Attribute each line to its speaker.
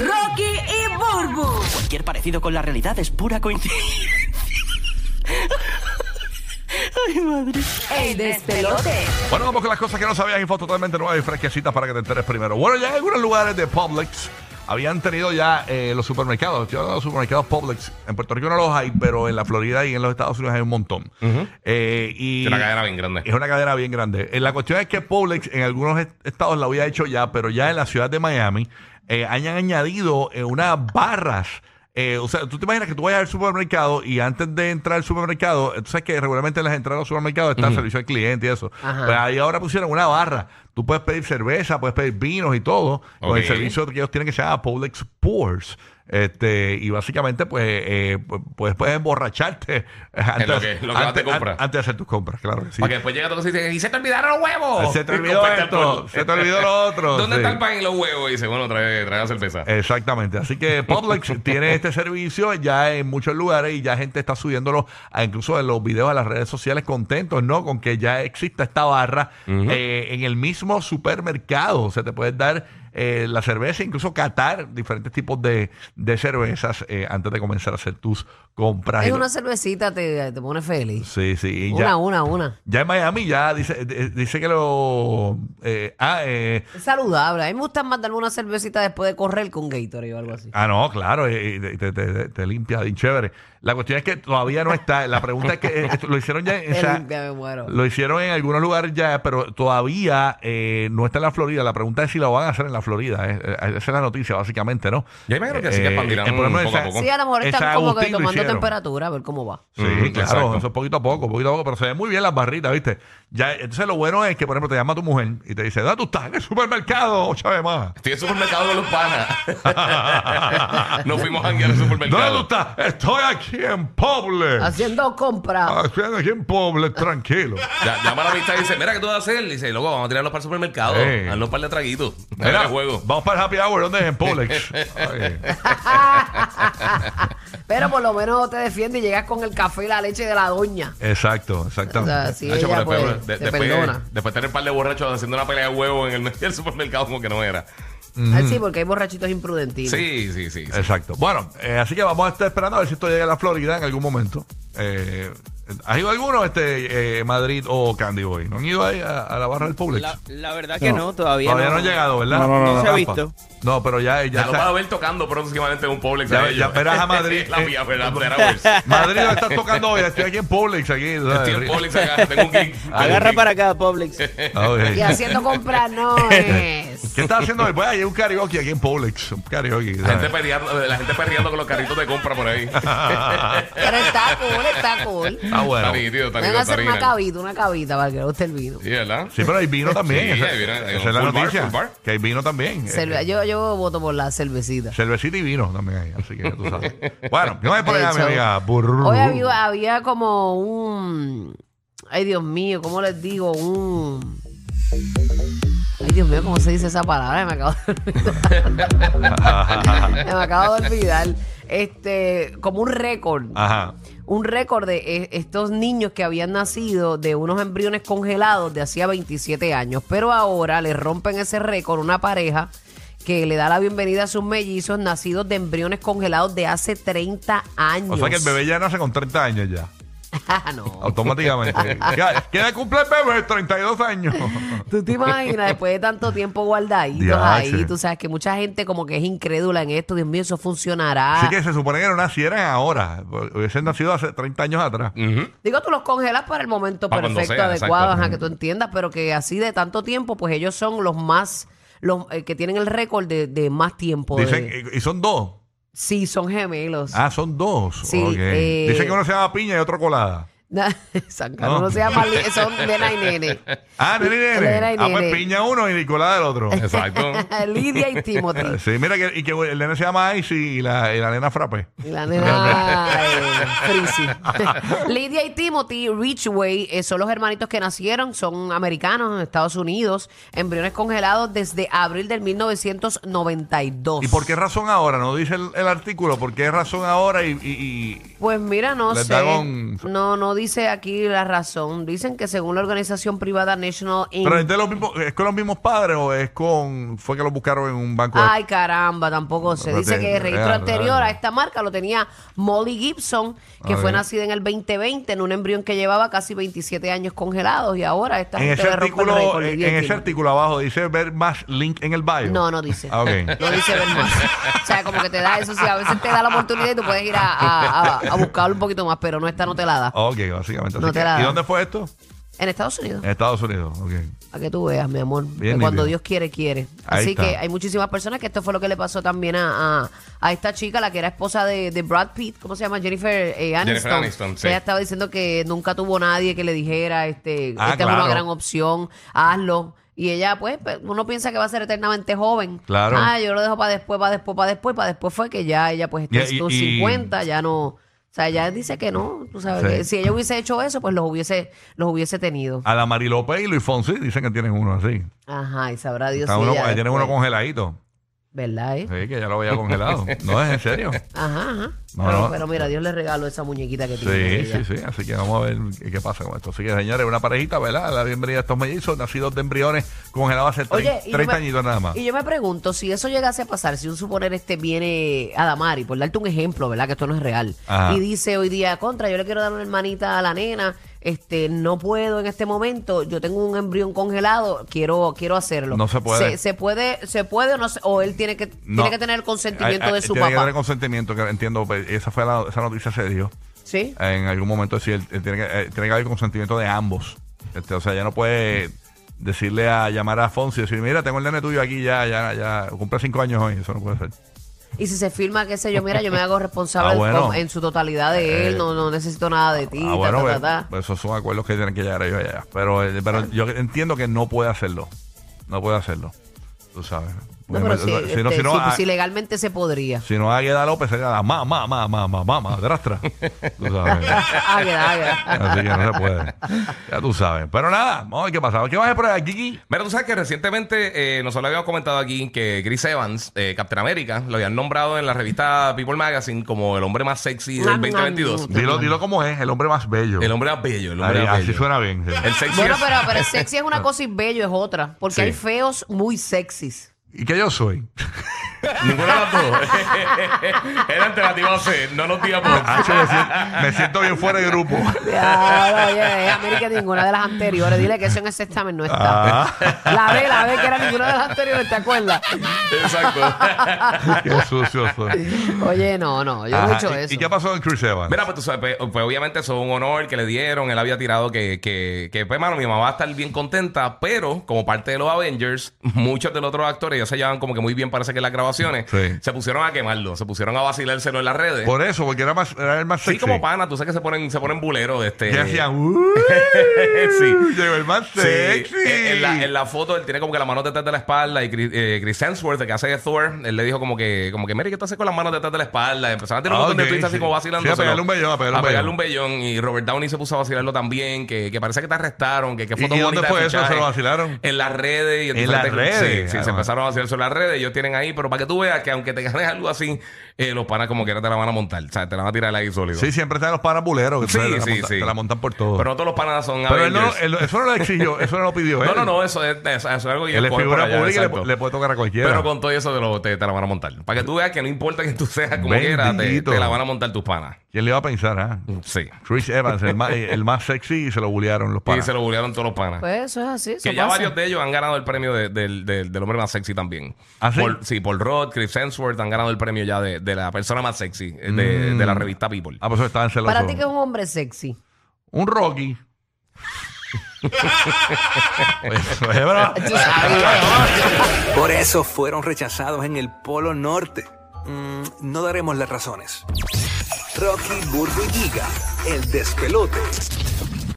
Speaker 1: Rocky y Burbu.
Speaker 2: Cualquier parecido con la realidad es pura coincidencia. Ay, madre.
Speaker 1: El despelote.
Speaker 3: Bueno, vamos con las cosas que no sabías, info totalmente nuevas y fresquecitas para que te enteres primero. Bueno, ya en algunos lugares de Publix habían tenido ya eh, los supermercados. Estoy hablando de los supermercados Publix. En Puerto Rico no los hay, pero en la Florida y en los Estados Unidos hay un montón. Eh, y
Speaker 4: Es una cadena bien grande.
Speaker 3: Es una cadena bien grande. Eh, la cuestión es que Publix en algunos est- estados la había hecho ya, pero ya en la ciudad de Miami eh, hayan añadido eh, unas barras. Eh, o sea, tú te imaginas que tú vayas al supermercado y antes de entrar al supermercado, eh, tú sabes que regularmente en las entradas a los supermercados está el servicio al cliente y eso. Pues ahí ahora pusieron una barra. Tú puedes pedir cerveza, puedes pedir vinos y todo. Con el
Speaker 4: Ok.
Speaker 3: servicio que ellos tienen que se llama Publix Pours. Este, y básicamente, pues, eh, pues puedes emborracharte antes,
Speaker 4: lo que- lo que vas de
Speaker 3: antes-
Speaker 4: compra.
Speaker 3: antes de hacer tus compras, claro que sí.
Speaker 4: Para que después llega todo y dice, y se te olvidaron los huevos.
Speaker 3: Se te
Speaker 4: Oh, Y
Speaker 3: olvidó
Speaker 4: comparte el
Speaker 3: esto,
Speaker 4: pueblo.
Speaker 3: se te olvidó lo otro,
Speaker 4: ¿Dónde
Speaker 3: sí. Eh,
Speaker 4: está el pan y los huevos? Y dice, bueno, trae, trae la cerveza.
Speaker 3: Exactamente. Así que Publix tiene este servicio ya en muchos lugares y ya gente está subiéndolo a incluso en los videos a las redes sociales contentos, ¿no? Con que ya exista esta barra eh, en el mismo supermercado. O sea, te puedes dar eh, la cerveza, incluso catar diferentes tipos de, de cervezas eh, antes de comenzar a hacer tus compras.
Speaker 5: Es
Speaker 3: Y lo-
Speaker 5: una cervecita, te, te pone feliz.
Speaker 3: Sí, sí. y
Speaker 5: Una,
Speaker 3: ya,
Speaker 5: una, una.
Speaker 3: ya en Miami ya dice, eh, dice que lo... eh, ah, eh,
Speaker 5: Es saludable. A mí me gusta más darme una cervecita después de correr con Gatorade o algo así.
Speaker 3: Ah, no, claro, y- y te, te- te- te limpia bien chévere. La cuestión es que todavía no está. La pregunta es que eh, esto lo hicieron ya en, o
Speaker 5: Te
Speaker 3: sea,
Speaker 5: limpia, me muero.
Speaker 3: lo hicieron en algunos lugares ya, pero todavía eh, no está en la Florida. La pregunta es si lo van a hacer en la Florida. eh. Eh, Esa es la noticia, básicamente, ¿no?
Speaker 4: Yo imagino que sí que expandirán
Speaker 3: eh, por lo menos
Speaker 4: un poco a
Speaker 3: esa-
Speaker 4: poco.
Speaker 5: Sí, a lo mejor
Speaker 3: en
Speaker 5: están
Speaker 3: San
Speaker 5: como que
Speaker 3: Agustín lo
Speaker 5: tomando
Speaker 3: hicieron.
Speaker 5: temperatura a ver cómo va.
Speaker 3: Sí,
Speaker 4: Mm,
Speaker 3: claro,
Speaker 4: exacto.
Speaker 3: eso es poquito a poco, poquito a poco, pero se ven muy bien las barritas, ¿viste? Ya, entonces lo bueno es que, por ejemplo, te llama tu mujer y te dice, ¿dónde tú estás? En el supermercado, chave más.
Speaker 4: Estoy en el supermercado con los panas. Nos fuimos a hangar al
Speaker 3: ¿Dónde tú
Speaker 4: supermercado.
Speaker 3: estás? Estoy aquí en Poble.
Speaker 5: Haciendo compras.
Speaker 3: Haciendo Ah, aquí en Poble, tranquilo.
Speaker 4: Ya- Llama a la amistad y dice, mira, ¿qué tú vas a hacer? Y dice, loco, vamos a tirarlos para el supermercado.
Speaker 3: Sí.
Speaker 4: Haznos un par de traguitos. Mira,
Speaker 3: Mira,
Speaker 4: el juego.
Speaker 3: vamos para el happy hour, ¿dónde es? En Polex. Ay.
Speaker 5: Pero por lo menos te defiendes y llegas con el café y la leche de la doña.
Speaker 3: Exacto, exactamente.
Speaker 5: O sea, sí.
Speaker 4: Nacho,
Speaker 5: ella,
Speaker 4: pero
Speaker 5: pues,
Speaker 4: después,
Speaker 5: te
Speaker 4: después-
Speaker 5: perdona.
Speaker 4: después tener un par de borrachos haciendo una pelea de huevos en el medio del supermercado, como que no era.
Speaker 5: Ah, Sí, porque hay borrachitos imprudentinos.
Speaker 4: Sí, sí, sí. sí.
Speaker 3: Exacto. Bueno, eh, así que vamos a estar esperando a ver si esto llega a la Florida en algún momento. Eh, ¿Has ido a alguno, este, eh, Madrid o Candy Boy? ¿No han ido ahí a, a la barra del Publix?
Speaker 6: La, la verdad que no, todavía,
Speaker 3: Todavía no, han llegado, ¿verdad?
Speaker 6: No, no, no, no. se ha
Speaker 3: Rafa.
Speaker 6: visto.
Speaker 3: No, pero ya, ya,
Speaker 4: Ya lo
Speaker 3: está-
Speaker 4: vas a ver tocando próximamente en un Publix.
Speaker 3: Ya-
Speaker 4: a ellos.
Speaker 3: ya verás a Madrid.
Speaker 4: la mía, ¿verdad? Era worse.
Speaker 3: Madrid lo está tocando hoy. Estoy aquí en Publix. Aquí, ¿sabes?
Speaker 4: Estoy en Publix acá, tengo un gig.
Speaker 6: Agarra para acá, Publix.
Speaker 3: Ah, ok.
Speaker 5: Y haciendo compras no es.
Speaker 3: ¿Qué estás haciendo hoy? Pues hay un karaoke aquí en Publix. Un karaoke.
Speaker 4: La
Speaker 3: ¿sabes?
Speaker 4: gente, perreando, la gente perreando con los carritos de compra por ahí.
Speaker 5: Pero está cool, está cool.
Speaker 3: Ah, bueno.
Speaker 4: Está nítido, está
Speaker 5: Vengan
Speaker 4: nítido,
Speaker 5: a
Speaker 4: está
Speaker 5: hacer una
Speaker 4: nítido.
Speaker 5: cavita, una cavita para que le guste el vino.
Speaker 4: Sí, ¿verdad?
Speaker 3: Sí, pero hay vino también.
Speaker 4: Sí,
Speaker 3: esa,
Speaker 4: hay vino, hay
Speaker 3: esa
Speaker 4: un
Speaker 3: es la
Speaker 4: full bar,
Speaker 3: noticia.
Speaker 4: full bar.
Speaker 3: que hay vino también. eh,
Speaker 5: Cerve- yo, yo voto por la cervecita.
Speaker 3: cervecita y vino también hay. Así que ya tú sabes. bueno, ¿qué más hay por
Speaker 5: De
Speaker 3: allá, mi
Speaker 5: hecho,
Speaker 3: amiga? Burrú.
Speaker 5: Hoy había, había como un. Ay, Dios mío, ¿cómo les digo? Un. Ay, Dios mío, ¿cómo se dice esa palabra? Me acabo de olvidar. Me acabo de olvidar. Este, como un récord.
Speaker 3: Ajá.
Speaker 5: Un récord de eh, estos niños que habían nacido de unos embriones congelados de hacía 27 años. Pero ahora le rompen ese récord una pareja que le da la bienvenida a sus mellizos nacidos de embriones congelados de hace 30 años.
Speaker 3: O sea que el bebé ya nace con 30 años ya.
Speaker 5: Ah, no.
Speaker 3: Automáticamente. Ya, Queda cumple el bebé 32 años.
Speaker 5: Tú te imaginas, después de tanto tiempo guardaditos
Speaker 3: Diache.
Speaker 5: ahí, tú sabes que mucha gente como que es incrédula en esto, Dios mío, eso funcionará.
Speaker 3: Así que se supone que no nacieran ahora. Hubiesen nacido hace 30 años atrás.
Speaker 4: Ujú.
Speaker 5: Digo, tú los congelas para el momento
Speaker 4: Para cuando
Speaker 5: perfecto,
Speaker 4: sea,
Speaker 5: adecuado,
Speaker 4: exacto.
Speaker 5: ajá, que tú entiendas, pero que así de tanto tiempo, pues ellos son los más, los eh, que tienen el récord de, de más tiempo. de-
Speaker 3: Dicen, y- y son dos.
Speaker 5: sí, son gemelos.
Speaker 3: Ah, son dos.
Speaker 5: Sí,
Speaker 3: Ok.
Speaker 5: eh,
Speaker 3: Dicen que uno se llama piña y otro colada.
Speaker 5: San Carlos
Speaker 3: No.
Speaker 5: no se llama, li- son nena y nene.
Speaker 3: Ah, nene, nene.
Speaker 5: Nena y
Speaker 3: Ah, pues
Speaker 5: nene.
Speaker 3: piña uno y colada el otro.
Speaker 4: Exacto.
Speaker 5: Lidia y Timothy.
Speaker 3: Sí, mira que, y que el nene se llama Icy y la, y la nena pues. Frappe.
Speaker 5: Y la nena ay, Frisi. Lidia y Timothy Richway eh, son los hermanitos que nacieron, son americanos en Estados Unidos, embriones congelados desde abril del 1992.
Speaker 3: ¿Y por qué razón ahora? No dice el, el artículo. ¿Por qué razón ahora y, y- y-
Speaker 5: Pues mira, no
Speaker 3: Les
Speaker 5: sé.
Speaker 3: daban-
Speaker 5: No, no dice aquí la razón. Dicen que según la organización privada National Inc.
Speaker 3: pero es, de los mismos- es con los mismos padres o es con fue que lo buscaron en un banco? de-
Speaker 5: Ay, caramba, tampoco sé.
Speaker 3: Pero
Speaker 5: Dice
Speaker 3: te-
Speaker 5: que el registro
Speaker 3: real,
Speaker 5: anterior
Speaker 3: real.
Speaker 5: a esta marca lo tenía Molly Gibson, que
Speaker 3: A
Speaker 5: fue
Speaker 3: ver.
Speaker 5: nacida en el 2020 en un embrión que llevaba casi 27 años congelados y ahora esta
Speaker 3: en
Speaker 5: gente
Speaker 3: ese
Speaker 5: le rompe el
Speaker 3: artículo, eh,
Speaker 5: récord,
Speaker 3: en,
Speaker 5: Lidia y
Speaker 3: en ese
Speaker 5: Timothy.
Speaker 3: artículo abajo dice ver más link en el bio.
Speaker 5: No, no dice.
Speaker 3: Ah, ok.
Speaker 5: No dice ver más. O sea, como que te da eso, sí, a veces te da la oportunidad y tú puedes ir a, a- a- a buscarlo un poquito más, pero no, esta no te la da.
Speaker 3: Ok, básicamente. así
Speaker 5: No te
Speaker 3: que-
Speaker 5: la
Speaker 3: ¿Y
Speaker 5: da.
Speaker 3: dónde fue esto?
Speaker 5: En Estados Unidos.
Speaker 3: En Estados Unidos. Ok.
Speaker 5: Para que tú veas, mi amor.
Speaker 3: Bien,
Speaker 5: que cuando
Speaker 3: nítido.
Speaker 5: Dios quiere, quiere.
Speaker 3: Ahí
Speaker 5: Así
Speaker 3: está.
Speaker 5: que hay muchísimas personas que esto fue lo que le pasó también a, a, a esta chica, la que era esposa de, de Brad Pitt, ¿cómo se llama? Jennifer, eh, Aniston.
Speaker 4: Jennifer Aniston, sí.
Speaker 5: Ella estaba diciendo que nunca tuvo nadie que le dijera, este,
Speaker 3: Ah,
Speaker 5: esta es
Speaker 3: claro.
Speaker 5: una gran opción, hazlo. Y ella, pues, pe- uno piensa que va a ser eternamente joven.
Speaker 3: Claro.
Speaker 5: Ah, yo lo dejo para después, para después, para después, para después fue que ya ella, pues,
Speaker 3: Y-
Speaker 5: está en sus
Speaker 3: y- y-
Speaker 5: 50, ya no... O sea, ella dice que no, tú sabes,
Speaker 3: Sí.
Speaker 5: que si ella hubiese hecho eso, pues los hubiese, los hubiese tenido.
Speaker 3: A la Mari López y Luis Fonsi dicen que tienen uno así.
Speaker 5: Ajá, y sabrá Dios.
Speaker 3: Está
Speaker 5: si
Speaker 3: uno,
Speaker 5: ella
Speaker 3: tienen
Speaker 5: después-
Speaker 3: uno congeladito.
Speaker 5: ¿Verdad, eh?
Speaker 3: Sí, que ya lo había congelado. No, es en serio.
Speaker 5: Ajá, ajá.
Speaker 3: No,
Speaker 5: pero,
Speaker 3: no.
Speaker 5: pero mira, Dios le regaló esa muñequita que tiene.
Speaker 3: Sí,
Speaker 5: ella.
Speaker 3: sí, sí. Así que vamos a ver qué, qué pasa con esto. Así que, señores, una parejita, ¿verdad? La bienvenida a estos mellizos, nacidos de embriones, congelados hace
Speaker 5: Oye,
Speaker 3: 30,
Speaker 5: y yo me-
Speaker 3: añitos nada más.
Speaker 5: Y yo me pregunto, si eso llegase a pasar, si un suponer este viene a Damari, por darte un ejemplo, ¿verdad? Que esto no es real.
Speaker 3: Ajá.
Speaker 5: Y dice hoy día, contra, yo le quiero dar una hermanita a la nena, este, no puedo en este momento, yo tengo un embrión congelado, quiero, quiero hacerlo.
Speaker 3: No se puede.
Speaker 5: Se, se puede, se puede o no se- o él tiene que,
Speaker 3: No.
Speaker 5: tiene que tener el consentimiento
Speaker 3: Ay, ay,
Speaker 5: de su
Speaker 3: tiene que
Speaker 5: papá.
Speaker 3: tener consentimiento, que entiendo. pues, Esa fue la, esa noticia se dio.
Speaker 5: sí.
Speaker 3: En algún momento, sí, él, él tiene, que, eh, tiene que haber consentimiento de ambos. Este, o sea, ya no puede decirle a llamar a Fonsi y decir, mira, tengo el nene tuyo aquí, ya, ya, ya, cumple cinco años hoy. Eso no puede ser.
Speaker 5: Y si se firma, qué sé yo, mira, yo me hago responsable
Speaker 3: Ah, bueno.
Speaker 5: com- en su totalidad de él,
Speaker 3: Eh,
Speaker 5: no, no necesito nada de ti,
Speaker 3: Ah,
Speaker 5: ta,
Speaker 3: bueno,
Speaker 5: ta,
Speaker 3: pues,
Speaker 5: ta, ta.
Speaker 3: pues esos son acuerdos que tienen que llegar ellos allá. Pero, eh, pero yo entiendo que no puede hacerlo. No puede hacerlo. Tú sabes.
Speaker 5: No, pero
Speaker 3: Porque,
Speaker 5: si,
Speaker 3: eh, si no,
Speaker 5: este,
Speaker 3: si no,
Speaker 5: si-
Speaker 3: a-
Speaker 5: si legalmente se podría.
Speaker 3: si no, Águeda López sería la ma, ma, ma, ma, ma, ma, madrastra. Tú sabes.
Speaker 5: Águeda, águeda.
Speaker 3: Así que no se puede. Ya tú sabes. Pero nada, vamos a ver qué pasa. ¿Qué vas a esperar aquí, Kiki?
Speaker 4: Mira, tú sabes que recientemente eh, nosotros habíamos comentado aquí que Chris Evans, eh, Captain America, lo habían nombrado en la revista People Magazine como el hombre más sexy del
Speaker 5: Nam, nam,
Speaker 4: 2022.
Speaker 5: nam.
Speaker 3: Dilo, dilo como es, el hombre más bello.
Speaker 4: El hombre más bello, el hombre
Speaker 3: Ahí,
Speaker 4: más
Speaker 3: así
Speaker 4: bello.
Speaker 3: suena bien. sí.
Speaker 4: El sexy
Speaker 5: Bueno,
Speaker 4: es-
Speaker 5: pero, pero sexy es una cosa y bello es otra. Porque
Speaker 4: Sí.
Speaker 5: hay feos muy sexys.
Speaker 3: ¿Y qué yo soy?
Speaker 4: Ninguna de las dos. Era alternativa C, no nos digamos.
Speaker 3: Ah, yo me siento- me siento bien fuera de grupo.
Speaker 5: Ya, oye, déjame ir que ninguna de las anteriores. Dile que eso en ese examen no está.
Speaker 3: Ah,
Speaker 5: La ve, la ve, que era ninguna de las anteriores, ¿te acuerdas?
Speaker 4: Exacto.
Speaker 3: Ah, qué sucio soy.
Speaker 5: Oye, no, no, yo no he
Speaker 3: Ajá,
Speaker 5: hecho
Speaker 3: ¿y-
Speaker 5: eso.
Speaker 3: ¿Y qué pasó con Chris Evans?
Speaker 4: Mira, pues tú sabes, pues, pues, obviamente eso es un honor que le dieron. Él había tirado que, que, que pues, mano, mi mamá va a estar bien contenta, pero como parte de los Avengers, muchos de los otros actores ya se llevan como que muy bien, parece que en las grabaciones,
Speaker 3: Sí.
Speaker 4: se pusieron a quemarlo, se pusieron a vacilárselo en las redes.
Speaker 3: Por eso, porque era, más, era el más
Speaker 4: eh. Sí,
Speaker 3: sexy.
Speaker 4: como pana, tú sabes que se ponen, se ponen buleros de este.
Speaker 3: Que hacían. "Uh,
Speaker 4: Sí.
Speaker 3: Llegó el más
Speaker 4: Sí,
Speaker 3: sexy.
Speaker 4: En, en la, en la foto él tiene como que las manos detrás de la espalda y Chris, eh, Chris Hemsworth, el que hace de Thor, él le dijo como que, como que, mire, ¿qué tú haces con las manos detrás de la espalda? Empezaron a tirar un
Speaker 3: Ah,
Speaker 4: montón
Speaker 3: ok,
Speaker 4: de tweets así
Speaker 3: sí.
Speaker 4: como vacilando.
Speaker 3: Sí, a pegarle un vellón, a pegarle un
Speaker 4: vellón. Y Robert Downey se puso a vacilarlo también, que, que parece que te arrestaron, que, que
Speaker 3: ¿Y-
Speaker 4: foto
Speaker 3: y
Speaker 4: bonita
Speaker 3: dónde
Speaker 4: de
Speaker 3: fue eso?
Speaker 4: fichaje.
Speaker 3: ¿Se lo vacilaron?
Speaker 4: En las redes. Y
Speaker 3: En las
Speaker 4: diferentes-
Speaker 3: redes, Ah,
Speaker 4: Sí, sí,
Speaker 3: además.
Speaker 4: se empezaron a vacilar sobre las redes. Ellos tienen ahí, pero para para que tú veas que aunque te ganes algo así, eh, los panas como quiera te la van a montar. O sea, te la van a tirar ahí sólido.
Speaker 3: Sí, siempre están los panabuleros que
Speaker 4: Sí,
Speaker 3: te, la
Speaker 4: sí,
Speaker 3: monta-
Speaker 4: sí.
Speaker 3: te la montan por todo.
Speaker 4: Pero
Speaker 3: Pero,
Speaker 4: no todos los panas son
Speaker 3: él no,
Speaker 4: Avengers.
Speaker 3: él- eso no lo exigió, eso no lo pidió él.
Speaker 4: no, no, no, eso es, eso es algo que yo
Speaker 3: Él es
Speaker 4: escojo por
Speaker 3: figura
Speaker 4: allá,
Speaker 3: pública y
Speaker 4: exacto.
Speaker 3: le, le puede tocar a cualquiera.
Speaker 4: Pero con todo eso te, lo, te, te la van a montar. Para que tú veas que no importa que tú seas como quieras, te,
Speaker 3: Bendito.
Speaker 4: te la van a montar tus panas.
Speaker 3: ¿Quién le iba a pensar, ah?
Speaker 4: Sí.
Speaker 3: Chris Evans, el más, el más sexy, y se lo bullearon los
Speaker 4: Y
Speaker 3: panas.
Speaker 4: se lo bullearon todos los panas.
Speaker 5: Pues eso es así. eso
Speaker 4: que ya
Speaker 5: pasa.
Speaker 4: varios de ellos han ganado el premio de- del, del- del hombre más sexy también.
Speaker 3: ¿Ah, sí?
Speaker 4: Por, sí, por Rod, Chris Hemsworth han ganado el premio ya de, de la persona más sexy eh, de,
Speaker 3: Mm.
Speaker 4: de la revista People.
Speaker 3: Ah, pues estaban celosos.
Speaker 5: Para ti que es un hombre sexy.
Speaker 3: Un Rocky. Eso es bravo.
Speaker 7: Por eso fueron rechazados en el Polo Norte. Mm, no daremos las razones. Rocky Burbu y Giga, el despelote.